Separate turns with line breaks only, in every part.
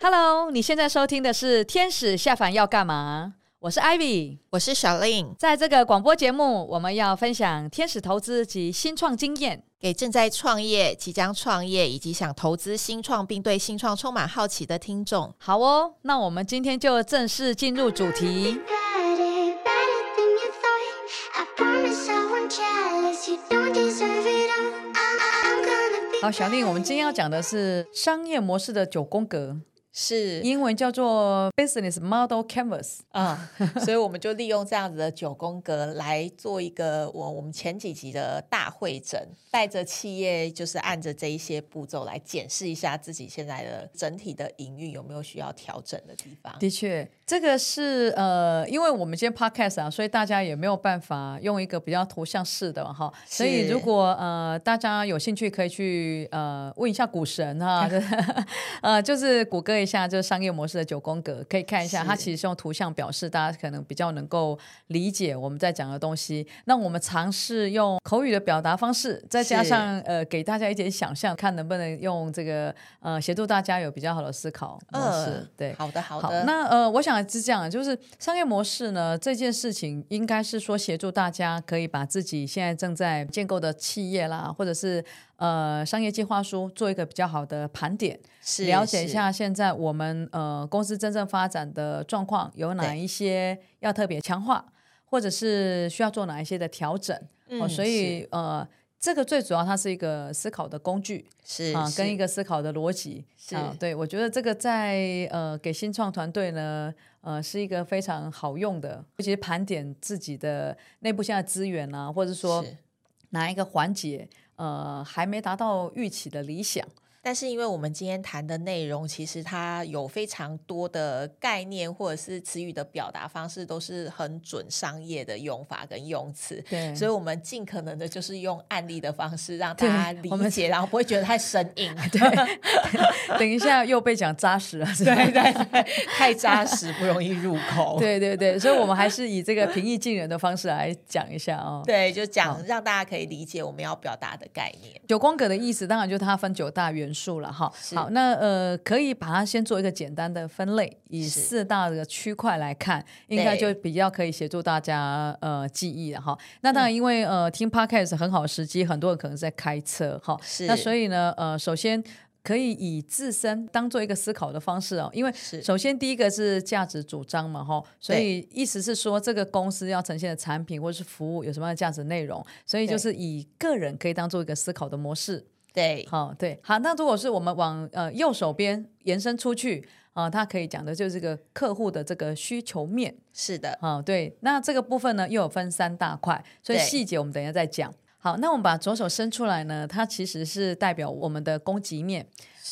Hello，你现在收听的是《天使下凡要干嘛》，我是 Ivy。
我是小令，
在这个广播节目，我们要分享天使投资及新创经验。
给正在创业、即将创业以及想投资新创并对新创充满好奇的听众。
好哦，那我们今天就正式进入主题。
Got it better than you thought. I promise I won't jealous. You don't deserve it all. I'm, I'm gonna be.
好，小令，我们今天要讲的是商业模式的九宫格，
是
英文叫做 Business Model Canvas。
啊，所以我们就利用这样子的九宫格来做一个我我们前几集的大会诊，带着企业就是按着这一些步骤来检视一下自己现在的整体的营运有没有需要调整的地方。
的确，这个是呃，因为我们今天 podcast 啊，所以大家也没有办法用一个比较图像式的嘛哈。所以如果呃大家有兴趣，可以去呃问一下股神 哈，就是呃就是谷歌一下就是商业模式的九宫格，可以看一下，
是
它其实是用图像表示，大家可能比较能够理解我们在讲的东西。那我们尝试用口语的表达方式，再加
是
上呃给大家一点想象，看能不能用这个呃协助大家有比较好的思考模式。
呃
对，
嗯好的，好
好
的。
那呃，我想是这样，就是商业模式呢这件事情，应该是说协助大家可以把自己现在正在建构的企业啦，或者是呃商业计划书做一个比较好的盘点，
是
了解一
是
下现在我们呃公司真正发展的状况，有哪
对
一些要特别强化，或者是需要做哪一些的调整。哦，
嗯
所以呃。这个最主要，它是一个思考的工具，
是
啊，跟一
个
个思考的逻辑
是
啊，对我觉得这个在呃给新创团队呢，呃是一个非常好用的，尤其是盘点自己的内部现在资源啊，或者说哪一个环节呃还没达到预期的理想，
但是因为我们今天谈的内容，其实它有非常多的概念或者是词语的表达方式，都是很准商业的用法跟用词。
对
所以我们尽可能的就是用案例的方式让大
对
家
我们
理解，然后不会觉得太生硬， 对
等一下又被讲扎实了，是吧？
对 对对，太扎实不容易入口。
对对对，所以我们还是以这个平易近人的方式来讲一下哦。
对，就
好
讲让大家可以理解我们要表达的概念。
九宫格的意思当然就是它分九大元素了哈。
是
好，那呃，可以把它先做一个简单的分类，以
是
四大的区块来看，应该就比较可以协助大家呃记忆了哈。
嗯
那当然，因为、呃听 podcast 很好的时机，很多人可能在开车哈，
是
那所以呢呃，首先。可以以自身当做一个思考的方式哦，因为
是
首先第一个是价值主张嘛，哈，所以意思是说这个公司要呈现的产品或是服务有什么样的价值内容，所以就
对
是以个人可以当做一个思考的模式。
对，
好、对，好，那如果是我们往呃右手边延伸出去啊、它可以讲的就是这个客户的这个需求面
是的，
啊、对，那这个部分呢又有分三大块，所以
对
细节我们等一下再讲。好，那我们把左手伸出来呢，它其实是代表我们的供给面，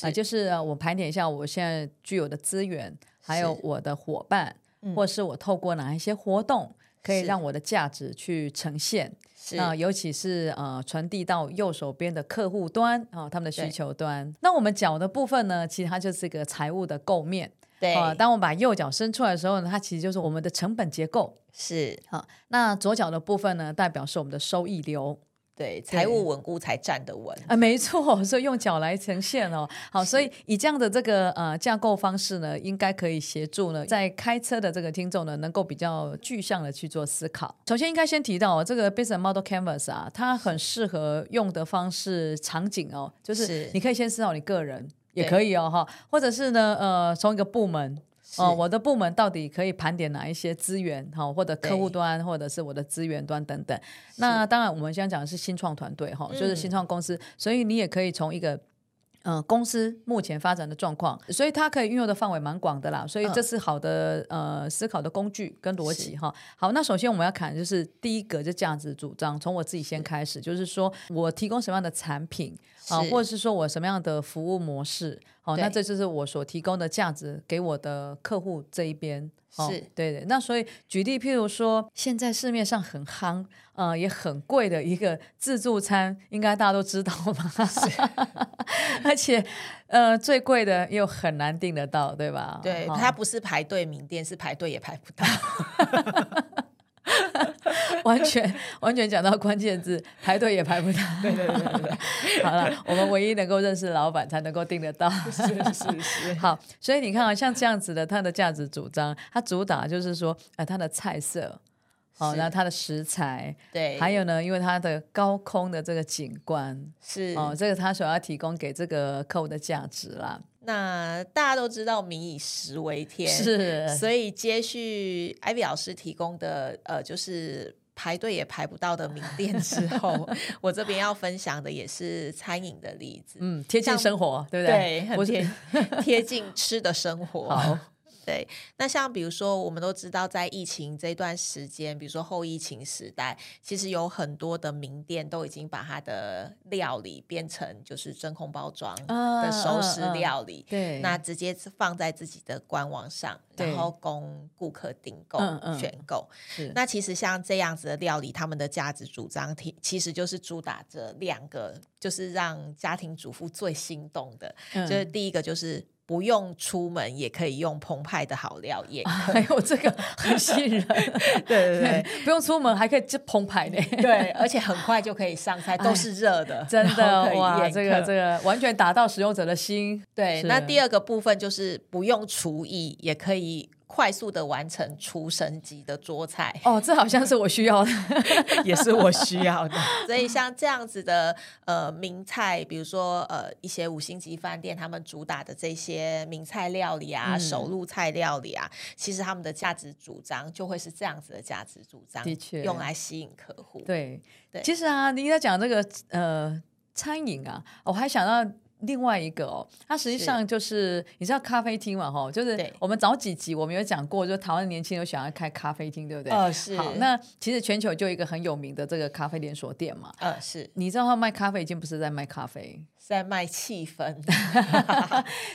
啊、
是
就是呃我盘点一下我现在具有的资源，还有
是嗯
我的伙伴，或是我透过哪一些活动可以
是
让我的价值去呈现。
是
那尤其是呃传递到右手边的客户端啊、他们的需
对
求端。那我们脚的部分呢，其实它就是一个财务的构面
对
啊、，当我们把右脚伸出来的时候呢，它其实就是我们的成本结构
是
啊、那左脚的部分呢，代表是我们的收益流。
对，哦财务稳固才站得稳。
啊，没错， 所以用脚来呈现哦。好，所以以这样的这个呃架构方式呢，应该可以协助呢，在开车的这个听众呢，能够比较具象的去做思考。首先，应该先提到、哦、这个 Business Model Canvas 啊，它很适合用的方式场景哦，就是
是
你可以先思考你个人。也
对
可以哦，哈，或者是呢，呃，从一个部门
是
哦，我的部门到底可以盘点哪一些资源哈、或者客户
对
端，或者是我的资源端等等。那当然，我们现在讲的是新创团队哈、
嗯
就是新创公司，所以你也可以从一个。呃，公司目前发展的状况，所以它可以运用的范围蛮广的啦，
嗯
所以这是好的、呃思考的工具跟逻辑哈。好，那首先我们要看的就是第一个就价值主张，从我自己先开始，就是说我提供什么样的产品啊、
是
或者是说我什么样的服务模式，好、那
对
这就是我所提供的价值给我的客户这一边。哦
是
对对，那所以举例，譬如说，现在市面上很夯，呃，也很贵的一个自助餐，应该大家都知道吧？ 而且，呃，最贵的又很难订得到，对吧？
对，
哦
它不是排队名店，是排队也排不到。
完全完全讲到关键字，排队也排不到。对对对对， 好了，我们唯一能够认识的老板才能够订得到。
是是是，
好，所以你看啊，像这样子的，它的价值主张，它主打就是说，呃，它的菜色，哦，
是
然后它的食材，
对，
还有呢，因为它的高空的这个景观，
是
哦，这个它所要提供给这个客户的价值啦，
那大家都知道民以食为天，呃
是
所以接续艾比老师提供的，呃，就是排队也排不到的名店之后， 我这边要分享的也是餐饮的例子，
嗯，贴近
像
生活，对不
对，
不
很
是
贴贴近吃的生活。
好，
对，那像比如说，我们都知道，在疫情这段时间，比如说后疫情时代，其实有很多的名店都已经把它的料理变成就是真空包装的
啊
熟食
啊啊
料理。
对，
那直接是放在自己的官网上，然
对
后供顾客订购、
嗯嗯
选购。
是
那其实像这样子的料理，他们的价值主张提其实就是主打着两个，就是让家庭主妇最心动的，
嗯
就是第一个就是。不用出门也可以用澎湃的好料液，
还有这个很吸引人，
对 对对，
不用出门还可以就澎湃呢。
对，而且很快就可以上菜，都是热哎的，
真
然后可
的
以
哇，
宴
这个
客
这个完全打到使用者的心。
对，
是，
那第二个部分就是不用厨艺也可以快速的完成厨神级的桌菜
哦，这好像是我需要的。
也是我需要的。所以像这样子的呃名菜，比如说呃一些五星级饭店他们主打的这些名菜料理啊、
嗯
手路菜料理啊，其实他们的价值主张就会是这样子的价值主张，
的确
用来吸引客户。
对，
对
其实啊，你在讲这个呃餐饮啊，我还想到。另外一个哦，它实际
是
上就是你知道咖啡厅嘛，吼，就是
对
我们早几集我们有讲过，就台湾年轻人喜欢开咖啡厅，对不对？
呃是
好，那其实全球就有一个很有名的这个咖啡连锁店嘛，
呃是
你知道他卖咖啡已经不是在卖咖啡，
在卖气氛，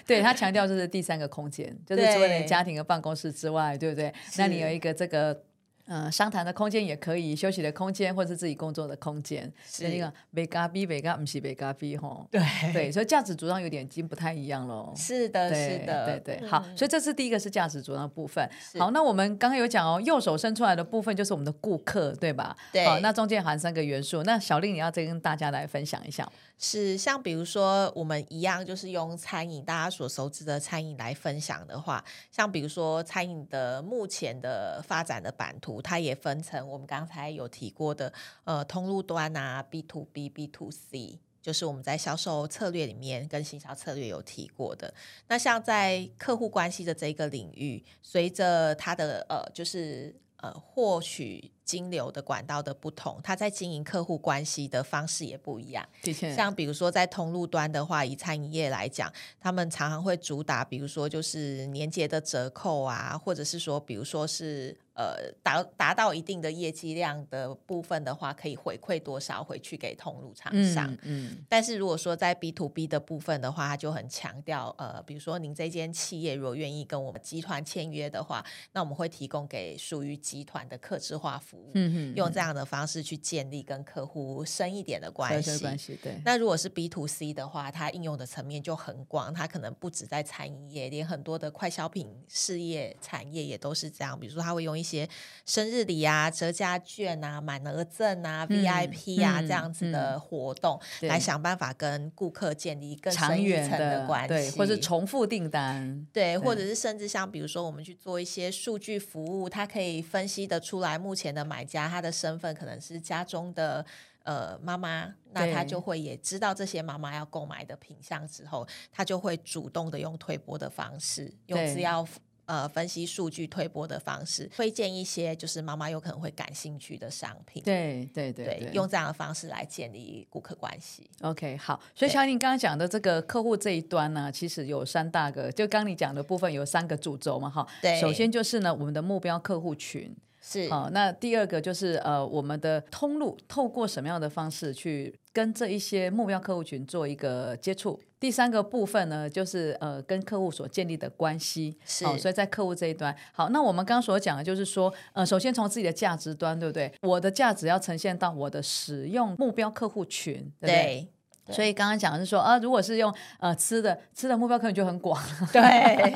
对他强调就是第三个空间，就是
对
除了你家庭和办公室之外，对不对？那你有一个这个。呃，商谈的空间也可以，休息的空间，或是自己工作的空间，
是
那个北咖比北咖不是北咖比吼，
对
对，所以价值主张有点已经不太一样喽。
是的，
对
是的，嗯
对对，好，所以这是第一个是价值主张的部分。
是
好，那我们刚刚有讲哦，右手伸出来的部分就是我们的顾客，对吧？
对
好，那中间含三个元素，那小令你要再跟大家来分享一下。
是像比如说我们一样，就是用餐饮大家所熟知的餐饮来分享的话，像比如说餐饮的目前的发展的版图，它也分成我们刚才有提过的呃通路端啊 B to B、B to C。就是我们在销售策略里面跟行销策略有提过的，那像在客户关系的这个领域，随着它的呃，就是呃获取金流的管道的不同，它在经营客户关系的方式也不一样。
的确，
像比如说在通路端的话，以餐饮业来讲，他们常常会主打，比如说就是年节的折扣啊，或者是说，比如说是呃达达到一定的业绩量的部分的话，可以回馈多少回去给通路厂商。
嗯嗯，
但是如果说在 B to B 的部分的话，它就很强调，呃，比如说您这间企业如果愿意跟我们集团签约的话，那我们会提供给属于集团的客制化服务，
嗯嗯
用这样的方式去建立跟客户深一点的
合
关
作
系。
关系对。
那如果是 B to C 的话，它应用的层面就很广，它可能不止在餐饮业，连很多的快消品事业产业也都是这样。比如说，它会用一些生日礼啊、折价券啊、满额赠啊、
嗯
VIP 啊、
嗯
这样子的活动，
对
来想办法跟顾客建立更
长
深一
远
层关
对，
系，
或是重复订单，
对，或者是甚至像比如说我们去做一些数据服务，它可以分析得出来目前的买家他的身份可能是家中的呃妈妈，那他
对
就会也知道这些妈妈要购买的品项之后，他就会主动的用推播的方式，用
对
资料。呃，分析数据推播的方式，推荐一些就是妈妈有可能会感兴趣的商品，
对对对
对，用这样的方式来建立顾客关系。
OK 好。所以
对
乔你刚刚讲的这个客户这一端呢，其实有三大个，就刚你讲的部分有三个主轴嘛哈。
对
首先就是呢，我们的目标客户群，
是，
好、那第二个就是呃，我们的通路透过什么样的方式去跟这一些目标客户群做一个接触。第三个部分呢，就是呃，跟客户所建立的关系，
是
哦好所以在客户这一端，好，那我们刚刚所讲的就是说，呃，首先从自己的价值端，对不对？我的价值要呈现到我的使用目标客户群，对不对？
对，
所以刚刚讲的是说，啊，如果是用呃吃的，吃的目标可能就很广，
对，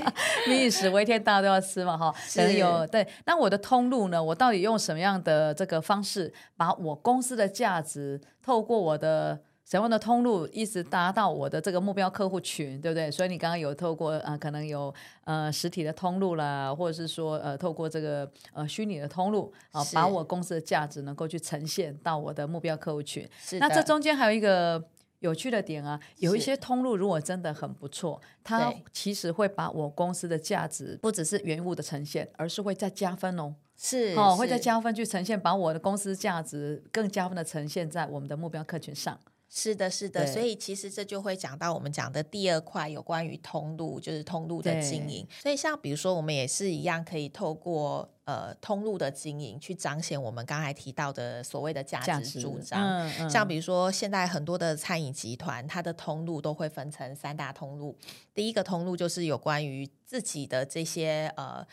民以食为天，大家都要吃嘛，哈。可能有对，那我的通路呢？我到底用什么样的这个方式，把我公司的价值透过我的什么样的通路，一直达到我的这个目标客户群，对不对？所以你刚刚有透过啊、呃可能有呃实体的通路啦，或者是说呃透过这个呃虚拟的通路啊、
是
把我公司的价值能够去呈现到我的目标客户群。
是
那这
的
中间还有一个有趣的点啊，有一
是
些通路如果真的很不错，它
对
其实会把我公司的价值不只是原物的呈现，而是会再加分哦，
是
哦，会
是
再加分去呈现，把我的公司价值更加分的呈现在我们的目标客群上。
是的，是的，
对
所以其实这就会讲到我们讲的第二块有关于通路，就是通路的
对
经营。所以像比如说，我们也是一样可以透过呃通路的经营去彰显我们刚才提到的所谓的价
价
值
值
主张。
嗯嗯
像比如说，现在很多的餐饮集团，它的通路都会分成三大通路。第一个通路就是有关于自己的这些呃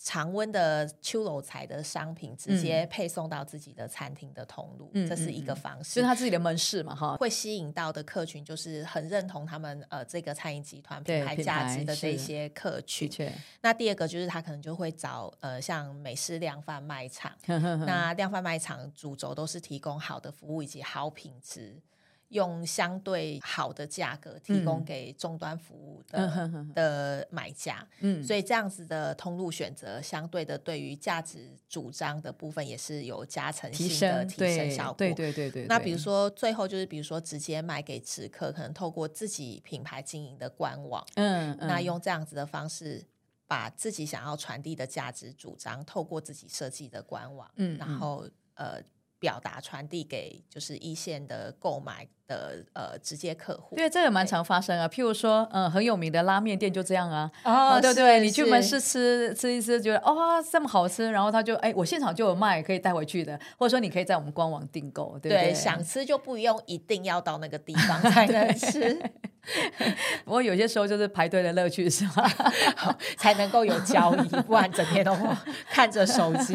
常温的秋楼菜的商品，直接配送到自己的餐厅的通路，
嗯
这是一
嗯
个
嗯
方式。
就是他自己的门市嘛，哈，
会吸引到的客群，就是很认同他们呃这个餐饮集团
对
品牌
品
价
牌
值的这
是
些客
的
群。
确，
那第二个就是他可能就会找呃像美式量贩卖场，
那
那量贩卖场主轴都是提供好的服务以及好品质。用相对好的价格提供
嗯
给终端服务的、
嗯哼哼
的买家，
嗯，
所以这样子的通路选择，相对的对于价值主张的部分也是有加成
提
性的
升
提升
对
效果。
对对对对。
那比
对
如，说，最后就是比如说直接卖给直客，可能透过自己品牌经营的官网，
嗯，
那
嗯
用这样子的方式，把自己想要传递的价值主张，透过自己设计的官网，
嗯
然
嗯
后呃表达传递给就是一线的购买的呃直接客户。
对，这个蛮常发生啊。譬如说，嗯，很有名的拉面店就这样啊，
哦
啊，对不对？你去门市吃吃一吃，觉得哇、这么好吃，然后他就哎，我现场就有卖，可以带回去的，或者说你可以在我们官网订购，对不
对，
对？
想吃就不用一定要到那个地方才能吃，
不过有些时候就是排队的乐趣是吧？
才能够有交易，不然整天都看着手机，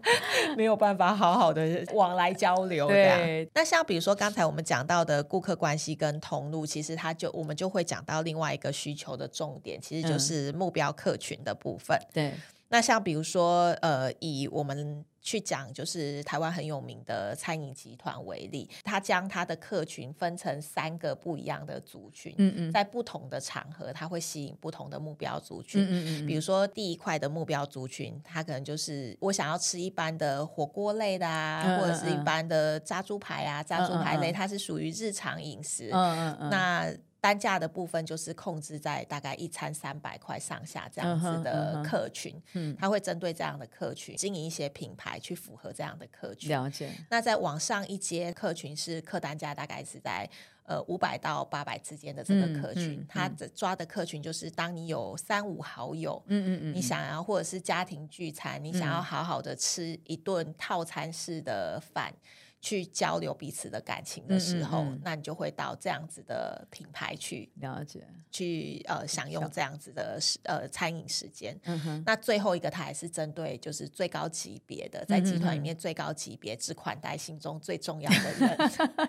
没有办法好好的往来交流。这样
对，
那像比如说刚才我们讲到的顾客关系跟通路，其实它就我们就会讲到另外一个需求的重点，其实就
嗯
是目标客群的部分。
对，
那像比如说呃，以我们去讲就是台湾很有名的餐饮集团为例，它将它的客群分成三个不一样的族群，
嗯嗯
在不同的场合，它会吸引不同的目标族群。
嗯嗯
比
嗯，
如说第一块的目标族群，他可能就是我想要吃一般的火锅类的啊，
嗯
或者是一
嗯嗯
般的炸猪排啊、炸猪排
嗯
类，
嗯嗯
它是属于日常饮食。
嗯嗯嗯，
那单价的部分就是控制在大概一餐三百块上下这样
嗯
子
哼
的
嗯哼
客群，
嗯
他会针对这样的客群经营一些品牌去符合这样的客群。
了解，
那再往上一阶，客群是客单价大概是在呃五百到八百之间的这个
嗯
客群，
嗯
他
嗯
抓的客群就是当你有三五好友，
嗯嗯嗯，
你想要或者是家庭聚餐，你想要
嗯
好好的吃一顿套餐式的饭，去交流彼此的感情的时候，
嗯嗯嗯
那你就会到这样子的品牌去
了解，
去呃享用这样子的时呃餐饮时间。
嗯哼，
那最后一个，它还是针对就是最高级别的，在集团里
嗯嗯嗯
面最高级别只款待心中最重要的 人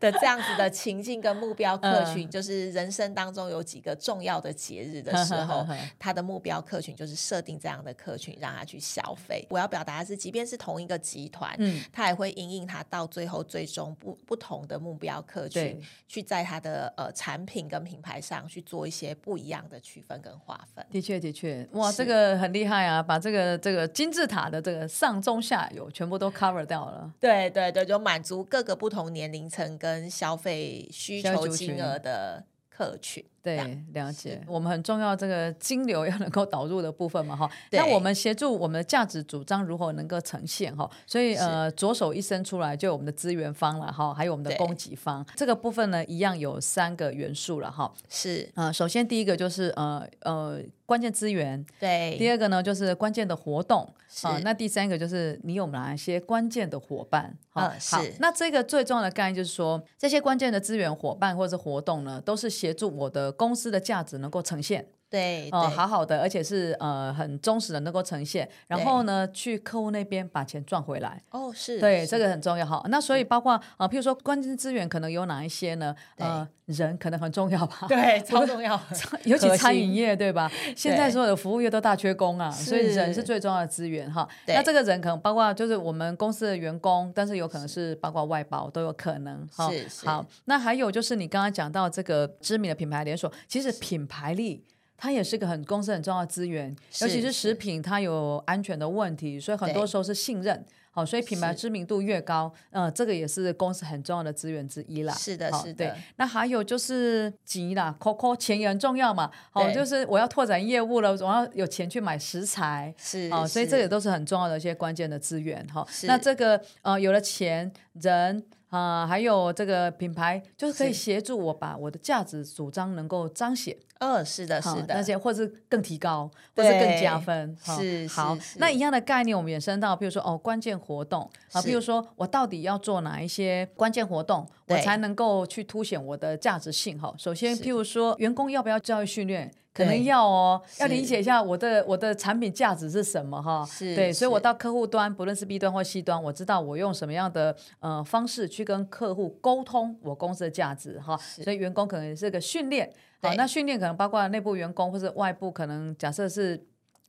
的这样子的情境跟目标客群，就是人生当中有几个重要的节日的时候
嗯呵呵呵呵，
他的目标客群就是设定这样的客群让他去消费。我要表达的是，即便是同一个集团，
嗯
它也会因应它到最后最终不不同的目标客群
对，
去在它的呃产品跟品牌上去做一些不一样的区分跟划分。
的确的确，哇，
是
这个很厉害啊，把这个这个金字塔的这个上中下游全部都 cover 掉了。
对对对，就满足各个不同年龄层跟消费需
消费
求
族
金
群
额的客群。这样
对，了解。我们很重要这个金流要能够导入的部分嘛，哈。
对
那我们协助我们的价值主张如何能够呈现哈？所以
是
呃，左手一伸出来就有我们的资源方了哈，还有我们的
对
供给方这个部分呢，一样有三个元素了哈。
是
呃，首先第一个就是呃呃关键资源，
对，
第二个呢就是关键的活动啊、
是
那第三个就是你有哪一些关键的伙伴？好
嗯
好
是，
那这个最重要的概念就是说，这些关键的资源、伙伴或者是活动呢，都是协助我的公司的价值能够呈现。
对，
呃，
对
好好的，而且是呃很忠实的能够呈现，然后呢，去客户那边把钱赚回来。
哦，是
对，
是
这个很重要哈。那所以包括呃，譬如说关键资源可能有哪一些呢？呃，人可能很重要吧。
对超重要，
尤其
核
餐
心
饮业对吧？现在所有的服务业都大缺工啊，所以人是
是
最重要的资源哈。
对
那这个人可能包括就是我们公司的员工，但是有可能是包括外包都有可能哈。
是是
好，那还有就是你刚刚讲到这个知名的品牌连锁，其实品牌力。它也是个很公司很重要的资源，尤其
是
是食
是
品，它有安全的问题，所以很多
对
时候是信任。好，所以品牌
是
知名度越高，呃，这个也是公司很重要的资源之一啦。
是的
好
是
对
的
那还有就是急啦，COCO 钱也很重要嘛。好，
对
就是我要拓展业务了，我要有钱去买食材。
是
好，哦所以
是
这个都是很重要的一些关键的资源哈。
是
那这个呃，有了钱、人啊、呃还有这个品牌，就是可以
是
协助我把我的价值主张能够彰显。
嗯，是的，
好
是
那
的，
些或是更提高，或是更加
对
分。好
是
好
是，是
那一样的概念，我们延伸到，比如说哦，关键活动啊，比
是
如说我到底要做哪一些关键活动，我
对
才能够去凸显我的价值性？哈，首先，
是
譬如说员工要不要教育训练？可能
对
要哦，要
是
理解一下我的我的产品价值是什么哈。
是
对，所以我
是
到客户端，不论是 B 端或 C 端，我知道我用什么样的呃方式去跟客户沟通我公司的价值哈。所以员工可能是个训练，好，
对
那训练可能包括内部员工或者外部，可能假设是。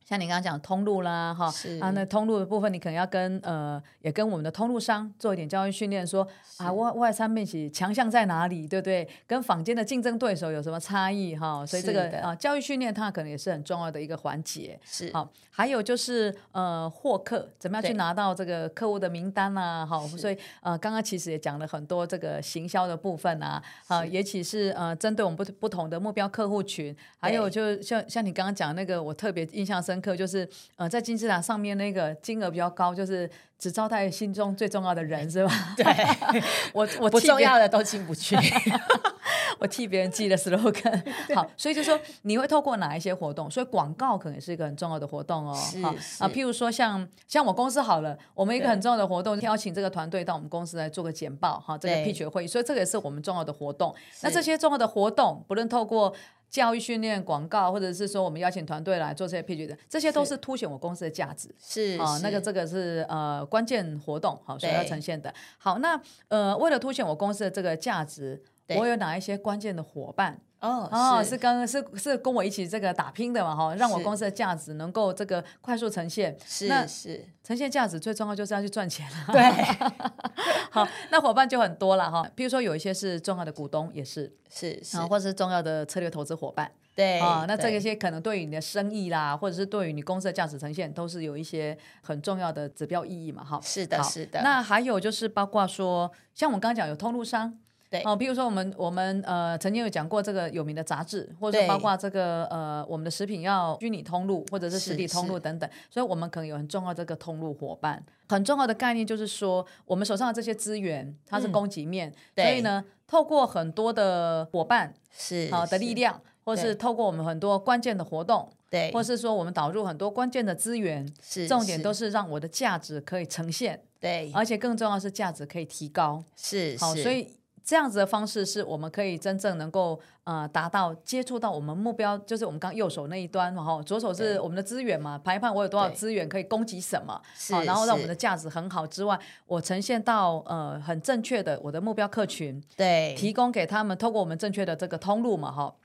像你刚刚讲的通路啦，哈
是
啊，那通路的部分你可能要跟呃，也跟我们的通路商做一点教育训练说，啊外外商面企强项在哪里，对不对？跟坊间的竞争对手有什么差异哈？所以这
是
个
的
啊、教育训练它可能也是很重要的一个环节。
是
好，还有就是呃，获客怎么样去
对
拿到这个客户的名单啊？好，所以呃，刚刚其实也讲了很多这个行销的部分啊，啊，也许是呃，针对我们不不同的目标客户群，还有
对
就是像像你刚刚讲那个，我特别印象深刻，就是呃，在金字塔上面那个金额比较高，就是只招待心中最重要的 人，是吧？对， 我我
不
替别
重要的都进不去，
我替别人记了 slogan。好，所以就说你会透过哪一些活动？所以广告可能也是一个很重要的活动哦。
是
好
是
啊，譬如说像像我公司好了，我们一个
对
很重要的活动，邀请这个团队到我们公司来做个简报哈，这个
对
pitch 会议，所以这个也是我们重要的活动。那这些重要的活动，不论透过教育训练、广告，或者是说我们邀请团队来做这些 pitch 的，这些都是
是
凸显我公司的价值。
是
啊、那个
是
这个是呃关键活动，好、所要
对
呈现的。好，那呃，为了凸显我公司的这个价值，
对
我有哪一些关键的伙伴？
哦
哦，是刚是是跟我一起这个打拼的嘛，哈、让我
是
公司的价值能够这个快速呈现。那
是是，
呈现价值最重要就是要去赚钱了。
对，
好， 那伙伴就很多了哈、比如说有一些是重要的股东，也是
是是
啊，，或是重要的策略投资伙伴。
对
啊，那这
对
个些可能对于你的生意啦，或者是对于你公司的价值呈现，都是有一些很重要的指标意义嘛，哈。
是的
好
是的
那还有就是包括说，像我们刚刚讲有通路商。
对
哦，比如说我们我们呃曾经有讲过这个有名的杂志，或者
对
包括这个呃我们的食品要虚拟通路或者是实
是
体通路
是
等等，所以我们可能有很重要的这个通路伙伴。很重要的概念就是说，我们手上的这些资源它是
嗯
供给面，
对
所以呢，透过很多的伙伴，
是
呃好的力，量，或是
对
透过我们很多关键的活动，
是对，
或是说我们导入很多关键的资源，
是
重点都
是
是让我的价值可以呈现，
对，
而且更重要的是价值可以提高。
是
好，
是
所以。这样子的方式是我们可以真正能够呃达到接触到我们目标，就是我们刚右手那一端嘛，然后左手是
对
我们的资源嘛，盘一盘我有多少
对
资源可以供给什么，
是
好，然后让我们
是
的价值很好之外，我呈现到呃很正确的我的目标客群，
对
提供给他们，透过我们正确的这个通路嘛，哈。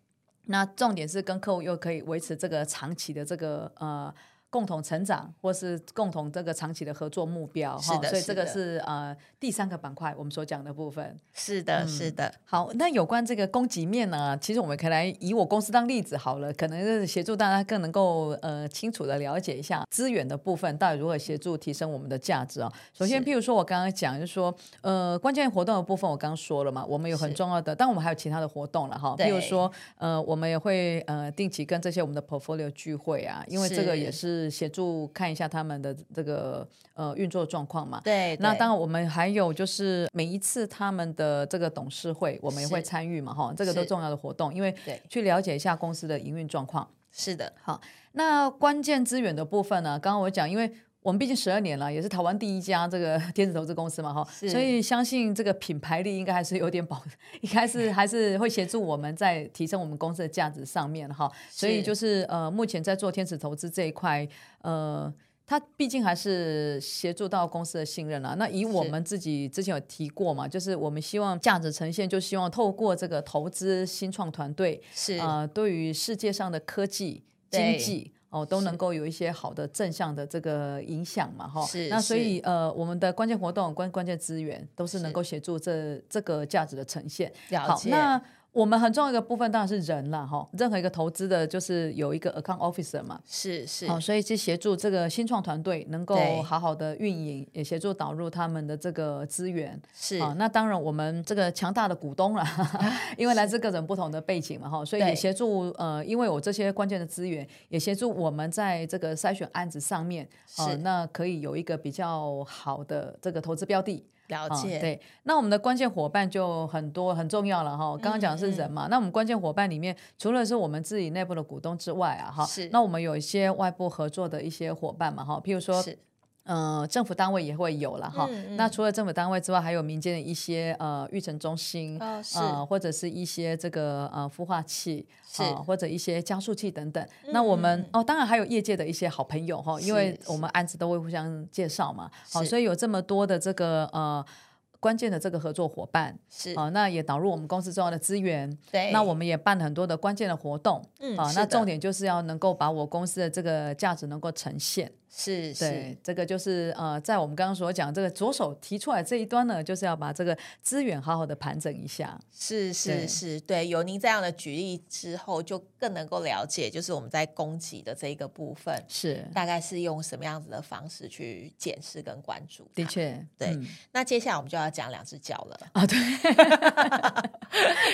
那重点是跟客户又可以维持这个长期的这个呃共同成长，或是共同这个长期的合作目标哈
是。的
所以
是
这个
的
是呃第三个板块我们所讲的部分。
是的是的，
好，那有关这个供给面呢，其实我们可以来以我公司当例子好了，可能是协助大家更能够呃清楚的了解一下资源的部分到底如何协助提升我们的价值啊、首先，
是
譬如说我刚刚讲，就是说呃关键活动的部分，我刚刚说了嘛，我们有很
是
重要的，但我们还有其他的活动了哈，
对
譬如说呃我们也会呃定期跟这些我们的 portfolio 聚会啊，因为这个
是
也是协助看一下他们的这个呃运作状况嘛。
对，
那
对
当然，我们还有就是每一次他们的这个董事会，我们也会
是
参与嘛，哈，这个
是
都重要的活动，因为
对
去了解一下公司的营运状况。
是的
那关键资源的部分呢，刚刚我讲，因为我们毕竟十二年了，也是台湾第一家这个 天使投资公司嘛，哈，
是
所以相信这个品牌力应该还是有点保， 应该 是还是会协助我们在提升我们公司的价值上面哈。所以就是呃，目前在做天使投资这一块，呃。它毕竟还是协助到公司的信任啊。那以我
是
们自己之前有提过嘛，就是我们希望价值呈现，就希望透过这个投资新创团队，
是
呃，对于世界上的科技、
对
经济哦，都能够有一些好的正向的这个影响嘛，哈。
是
那所
是
以呃，我们的关键活动、关关键资源都是能够协助这这个价值的呈现。
了
好，
解，
那我们很重要一个部分当然是人啦，哈。任何一个投资的，就是有一个 account officer 嘛，
是是
哦，所以去协助这个新创团队能够
对
好好的运营，也协助导入他们的这个资源。
是
啊，那当然我们这个强大的股东 了，因为来自各种不同的背景嘛，哈，所以
对
也协助呃，因为我这些关键的资源，也协助我们在这个筛选案子上面，哦、
是
那可以有一个比较好的这个投资标的。
了
啊
解，
对，那我们的关键伙伴就很多很重要了哈。刚刚讲的
嗯
是人嘛，那我们关键伙伴里面，除了是我们自己内部的股东之外啊，哈，
是
那我们有一些外部合作的一些伙伴嘛，哈，譬如说
是
呃，政府单位也会有了哈。
嗯
那
嗯
除了政府单位之外，还有民间的一些呃育成中心，
哦是
呃或者是一些这个呃孵化器，
是
呃或者一些加速器等等。那我们、
嗯
哦，当然还有业界的一些好朋友哈，因为
是
我们案子都会互相介绍嘛。好、
是
所以有这么多的这个呃。关键的这个合作伙伴
是
啊、那也导入我们公司重要的资源，
对，
那我们也办了很多的关键的活动，
嗯
啊、
是
那
的
重点就是要能够把我公司的这个价值能够呈现，
是是
对，这个就是呃，在我们刚刚所讲这个左手提出来这一端呢，就是要把这个资源好好的盘整一下。
是是
对
是，对，有您这样的举例之后，就更能够了解，就是我们在供给的这一个部分，
是，
大概是用什么样子的方式去检视跟关注。
的，确，
对
嗯
那接下来我们就要讲两只脚了，
啊，对，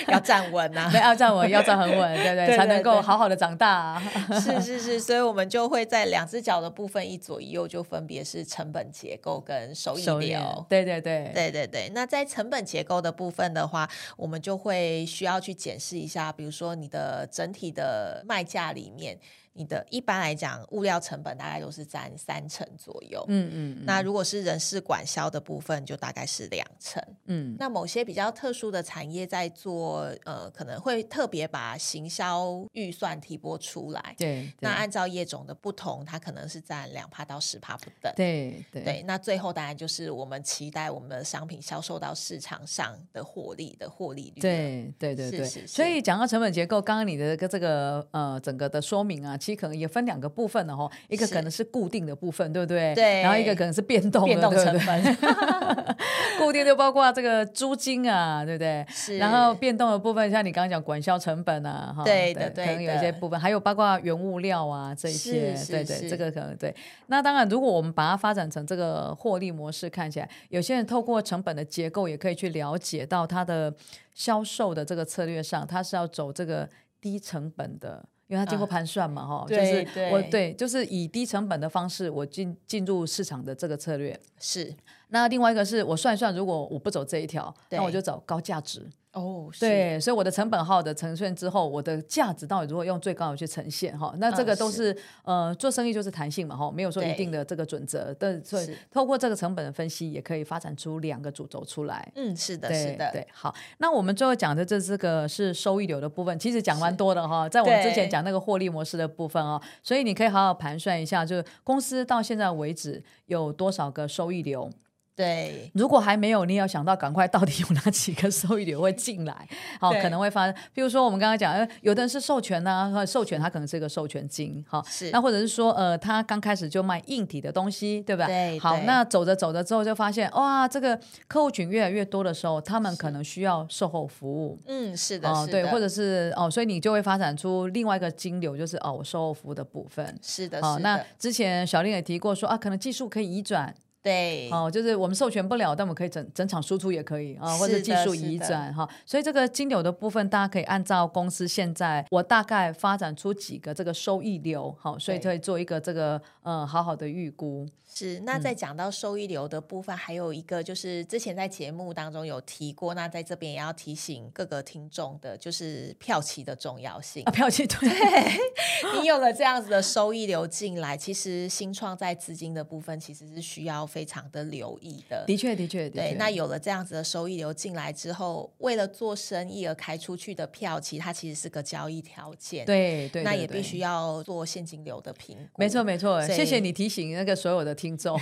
要站稳啊
对，。要站稳，要站很 稳，对
对
对，才能
对
够
对
好好的长大啊。
是是是，所以我们就会在两只脚的部分一左一右，就分别是成本结构跟收益
手
流。
对对对，
对对对，那在成本结构的部分的话，我们就会需要去检视一下，比如说你的整体的卖价里面，你的一般来讲物料成本大概都是占三成左右。
嗯嗯
那如果是人事管销的部分，就大概是两成。
嗯
那某些比较特殊的产业在做，呃，可能会特别把行销预算提拨出来。
对，
那按照业种的不同，它可能是占两趴到十趴不等。
对对
对，那最后当然就是我们期待我们的商品销售到市场上的获利的获利率。，
对对对
是
对，
是
所
是
以讲到成本结构，刚刚你的这个这个呃整个的说明啊，其实可能也分两个部分的哦，一个
是
可能是固定的部分，对不对？
对
然后一个可能是变动的
变动
对不
成
对
本
固定就包括这个租金啊，对不对？
是
然后变动的部分，像你刚刚讲管销成本啊，哈，
对的对
可能有一些
的
部分，还有包括原物料啊这一些
是，是
对对，
是
这个可能对。那当然，如果我们把它发展成这个获利模式，看起来有些人透过成本的结构，也可以去了解到它的销售的这个策略上，它是要走这个低成本的。因为它经过
啊
盘算嘛，哈、就
对
是
对
我对，就是以低成本的方式，我进进入市场的这个策略。
是
那另外一个是我算一算，如果我不走这一条，
对
那我就找高价值。
哦，是，
对，所以我的成本号的呈现之后，我的价值到底如何用最高的去呈现哈？那这
嗯
个都是、呃做生意就是弹性嘛哈，没有说
对
一定的这个准则，但所以
是
透过这个成本的分析，也可以发展出两个主轴出来。
嗯，是的，
对
是的，
对，好，那我们最后讲的这这个是收益流的部分，其实讲蛮多的哈，在我们之前
对
讲那个获利模式的部分哦，所以你可以好好盘算一下，就是公司到现在为止有多少个收益流，
对
如果还没有，你也要想到赶快到底有哪几个收益流会进来，好、
对
可能会发生。比如说我们刚刚讲，呃，有的人是授权呐、呃授权它可能是一个授权金，好、
是
那或者是说，呃，他刚开始就卖硬体的东西，对吧？
对
好
对，
那走着走着之后就发现，哇，这个客户群越来越多的时候，他们可能需要售后服务。
嗯，是的，
哦，
是
对，
的
或者是哦，所以你就会发展出另外一个金流，就是哦，我售后服务的部分。
是的，
好、
是
那
的
之前小令也提过说啊，可能技术可以移转，
对，
哦，就是我们授权不了，但我们可以整整场输出也可以啊、
是的
或者技术
是
移
的
转哈、所以这个金流的部分，大家可以按照公司现在我大概发展出几个这个收益流，好、所以
对
可以做一个这个呃好好的预估。
是，那
嗯
在讲到收益流的部分，还有一个就是之前在节目当中有提过，那在这边也要提醒各个听众的，就是票期的重要性
啊，。票据对，
你有了这样子的收益流进来，其实新创在资金的部分其实是需要非常的留意的。
的确的确的
对
确，，
那有了这样子的收益流进来之后，为了做生意而开出去的票期，它其实是个交易条件。
对对，
那
对
也必
对
须要做现金流的评估。
没错没错，
所以
谢谢你提醒那个所有的听众，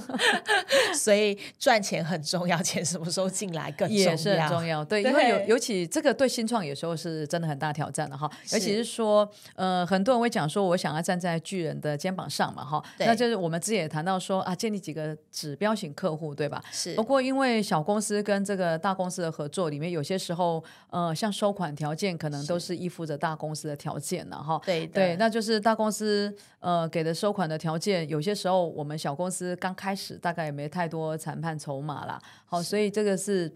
所以赚钱很重要，钱什么时候进来更重要。
也是很重要。对，
对
因为尤尤其这个对新创有时候是真的很大挑战的哈，
是
尤其是说，呃，很多人会讲说，我想要站在巨人的肩膀上嘛哈，
对
那就是我们自己也谈到说啊，建立几个指标型客户，对吧？
是
不过，因为小公司跟这个大公司的合作里面，有些时候，呃，像收款条件可能都是依附着大公司的条件了哈。
对的
对，那就是大公司呃给的收款的条件，有些时候我们小公司刚开始大概也没太多谈判筹码啦。好，所以这个是。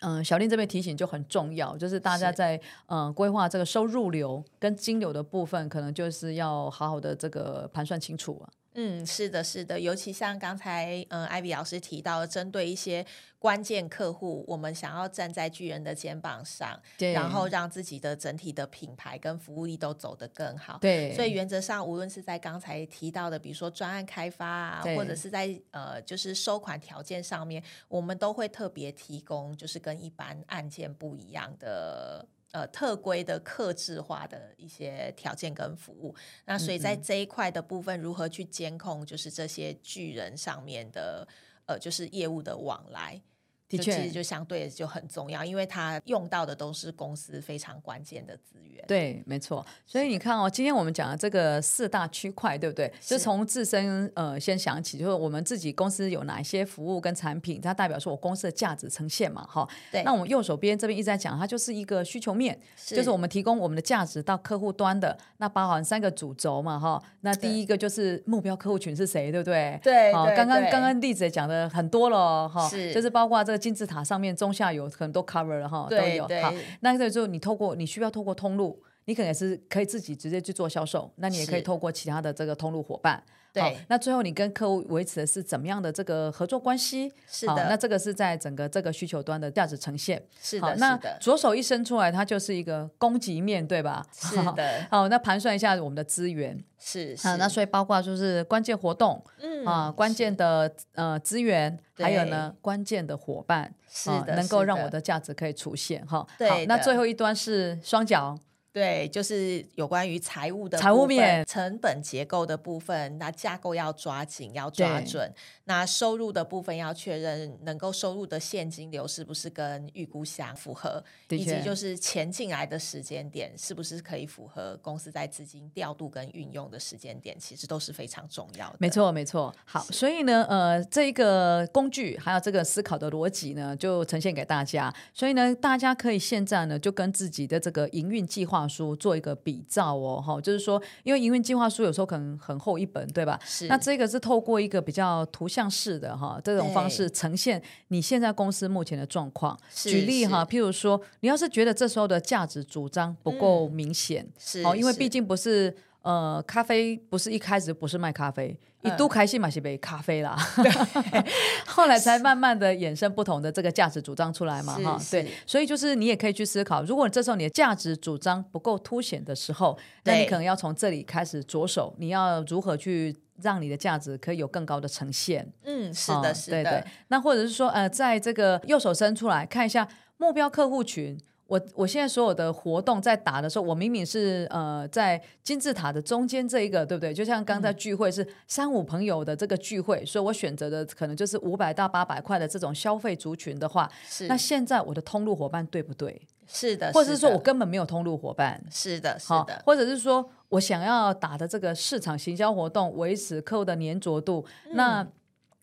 嗯、小令这边提醒就很重要，就是大家
是
在嗯规划这个收入流跟金流的部分，可能就是要好好的这个盘算清楚啊。
嗯，是的，是的，尤其像刚才嗯，艾比老师提到的，针对一些关键客户，我们想要站在巨人的肩膀上，
对
然后让自己的整体的品牌跟服务力都走得更好。
对，
所以原则上，无论是在刚才提到的，比如说专案开发啊，
对
或者是在呃，就是收款条件上面，我们都会特别提供，就是跟一般案件不一样的。呃，特规的克制化的一些条件跟服务，那所
嗯
以在这一块的部分，如何去监控，就是这些巨人上面的呃，就是业务的往来，
的
就
确
其实就相对就很重要，因为它用到的都是公司非常关键的资源。
对，没错。所以你看哦，今天我们讲的这个四大区块，对不对？就是从自身呃先想起，就是我们自己公司有哪些服务跟产品，它代表说我公司的价值呈现嘛，哈。
对
那我们右手边这边一直在讲，它就是一个需求面，就是我们提供我们的价值到客户端的，那包含三个主轴嘛，哈。那第一个就是目标客户群是谁，对不对？
对
好，
对
刚刚
对
刚刚例子也讲的很多了哦哈，
是
就是包括这个金字塔上面中下游可能都 cover 了哈，都
对
有
对
好，那这时候你透过你需要透过通路，你可能也是可以自己直接去做销售，那你也可以
是
透过其他的这个通路伙伴。
对
好那最后你跟客户维持的是怎么样的这个合作关系？
是
好
的
那这个是在整个这个需求端的价值呈现。
是
好，
的，
那
是的，
左手一伸出来，它就是一个供给面对吧？
是的，
好，那盘算一下我们的资源，
是是
好，那所以包括就是关键活动
嗯
啊、关键的呃资源，还有呢关键的伙伴，
是
啊
的
能够
是
让我
的
的价值可以出现哈。
对
好，那
的
最后一端是双脚，
对，就是有关于财务的
财务
部分
面
成本结构的部分，那架构要抓紧，要抓
对
准。那收入的部分要确认能够收入的现金流是不是跟预估相符合，
的
以及
确
就是钱进来的时间点是不是可以符合公司在资金调度跟运用的时间点，其实都是非常重要的。
没，错没错。好，所以呢，呃，这一个工具还有这个思考的逻辑呢，就呈现给大家。所以呢，大家可以现在呢就跟自己的这个营运计划书做一个比照哦，哈，就是说，因为营运计划书有时候可能很厚一本，对吧？
是
那这个是透过一个比较图像式的哈这种方式呈现你现在公司目前的状况。
是
举例哈，
是
譬如说，你要是觉得这时候的价值主张不够明显，
嗯是
哦，因为
是
毕竟不是。呃，咖啡不是一开始不是卖咖啡，一
嗯
度开心买些杯咖啡啦， 后来才慢慢的衍生不同的这个价值主张出来嘛，
是
哈，
是
对，所以就是你也可以去思考，如果这时候你的价值主张不够凸显的时候，那你
对
可能要从这里开始着手，你要如何去让你的价值可以有更高的呈现？
嗯，是
哦
的，是
对对
的，。
那或者是说，呃，在这个右手伸出来看一下目标客户群。我我现在所有的活动在打的时候，我明明是呃在金字塔的中间这一个，对不对？就像刚才
嗯
聚会是三五朋友的这个聚会，所以我选择的可能就是五百到八百块的这种消费族群的话，
是呃
那现在我的通路伙伴对不对？
是的，
或者是说
的
我根本没有通路伙伴，
是的，是
好，
的，
或者是说我想要打的这个市场行销活动，维持客户的粘着度，
嗯
那。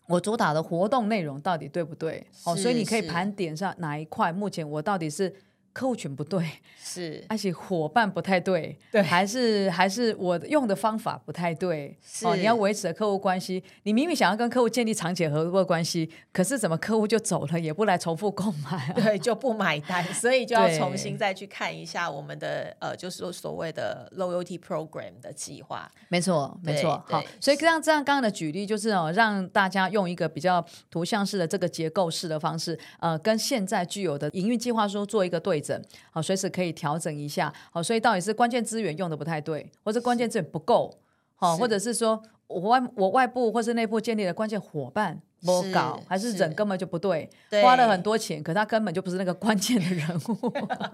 我主打的活动内容到底对不对？哦，
是
所以你可以
是
盘点上哪一块，目前我到底是客户群不 对，
是
而且伙伴不太对，
对
还是还是我用的方法不太对。哦，
是
你要维持客户关系，你明明想要跟客户建立长期合作关系，可是怎么客户就走了，也不来重复购买、 啊？
对，就不买单，所以就要
对
重新再去看一下我们的呃，就是说所谓的 loyalty program 的计划。
没错，没错。
对
好，所以这样这样刚刚的举例就是哦，让大家用一个比较图像式的这个结构式的方式，呃，跟现在具有的营运计划书做一个对整，好、随时可以调整一下。好、所以到底是关键资源用的不太对，或者关键资源不够，好、
是
或者是说我外我外部或是内部建立的关键伙伴。不
是
搞，还是
是
人根本就不对，
对
花了很多钱，可他根本就不是那个关键的人物，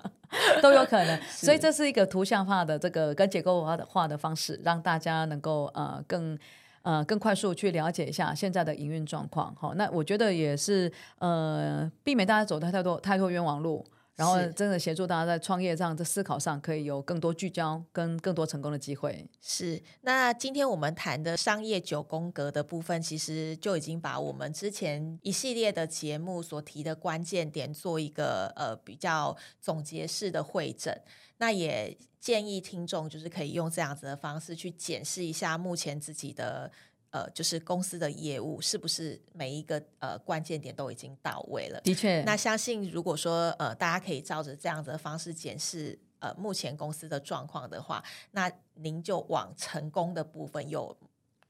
都有可能。 所以这是一个图像化的这个跟结构化的化的方式，让大家能够呃更。呃，更快速去了解一下现在的营运状况。好、那我觉得也是呃，避免大家走太太多太多冤枉路，然后
是
真的协助大家在创业上、在思考上，可以有更多聚焦跟更多成功的机会。
是，那今天我们谈的商业九宫格的部分，其实就已经把我们之前一系列的节目所提的关键点做一个呃比较总结式的会诊。那也建议听众就是可以用这样子的方式去检视一下目前自己的。呃，就是公司的业务是不是每一个呃关键点都已经到位了？
的确，
那相信如果说呃，大家可以照着这样子的方式检视呃目前公司的状况的话，那您就往成功的部分又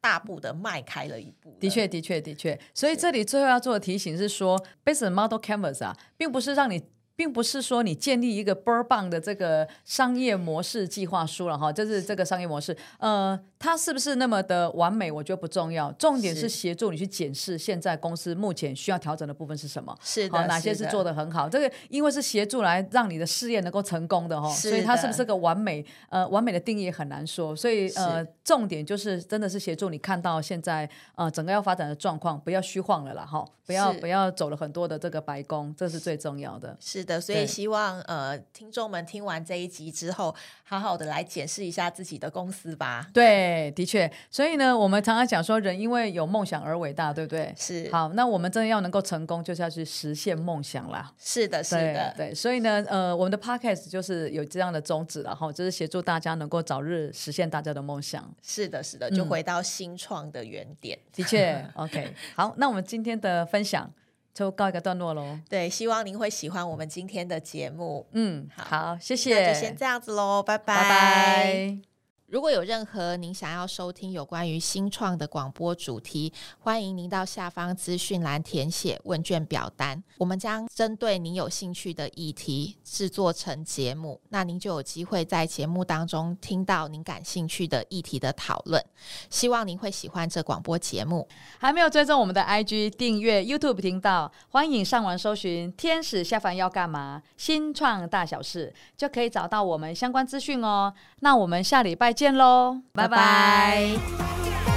大步的迈开了一步了。
的确，的确，的确。所以这里最后要做的提醒是说，Business Model Canvas 啊，并不是让你。并不是说你建立一个倍儿棒的这个商业模式计划书了哈，这是这个商业模式，呃，它是不是那么的完美，我觉得不重要，重点是
是
协助你去检视现在公司目前需要调整的部分是什么，
是的，
好，哪些是做
的？
的很好？这个因为是协助来让你的事业能够成功的哈、哦，
是
所以它
的
是不是个完美？呃，完美的定义也很难说。所以呃
是，
重点就是真的是协助你看到现在呃整个要发展的状况，不要虚晃了啦哈、不要
是
不要走了很多的这个白宫，这是最重要的。
是的，所以
对
希望呃听众们听完这一集之后，好好的来检视一下自己的公司吧。
对，的确，所以呢，我们常常讲说，人因为有梦想而伟大，对不对？
是，
好，那我们真的要能够成功，就是要去实现梦想啦。
是的，是
对
的，
对，所以呢，呃，我们的 podcast 就是有这样的宗旨然后就是协助大家能够早日实现大家的梦想。
是的，是的，就
嗯
回到新创的原点。
的 确，OK，好，那我们今天的分享就告一个段落喽。
对，希望您会喜欢我们今天的节目。
嗯，
好
好，谢
那
谢，
就先这样子喽，拜拜
拜拜。
如果有任何您想要收听有关于新创的广播主题，欢迎您到下方资讯栏填写问卷表单，我们将针对您有兴趣的议题制作成节目，那您就有机会在节目当中听到您感兴趣的议题的讨论。希望您会喜欢这广播节目。
还没有追踪我们的 IG，订阅 YouTube 频道，欢迎上网搜寻“天使下凡要干嘛”，新创大小事就可以找到我们相关资讯哦。那我们下礼拜见喽，拜拜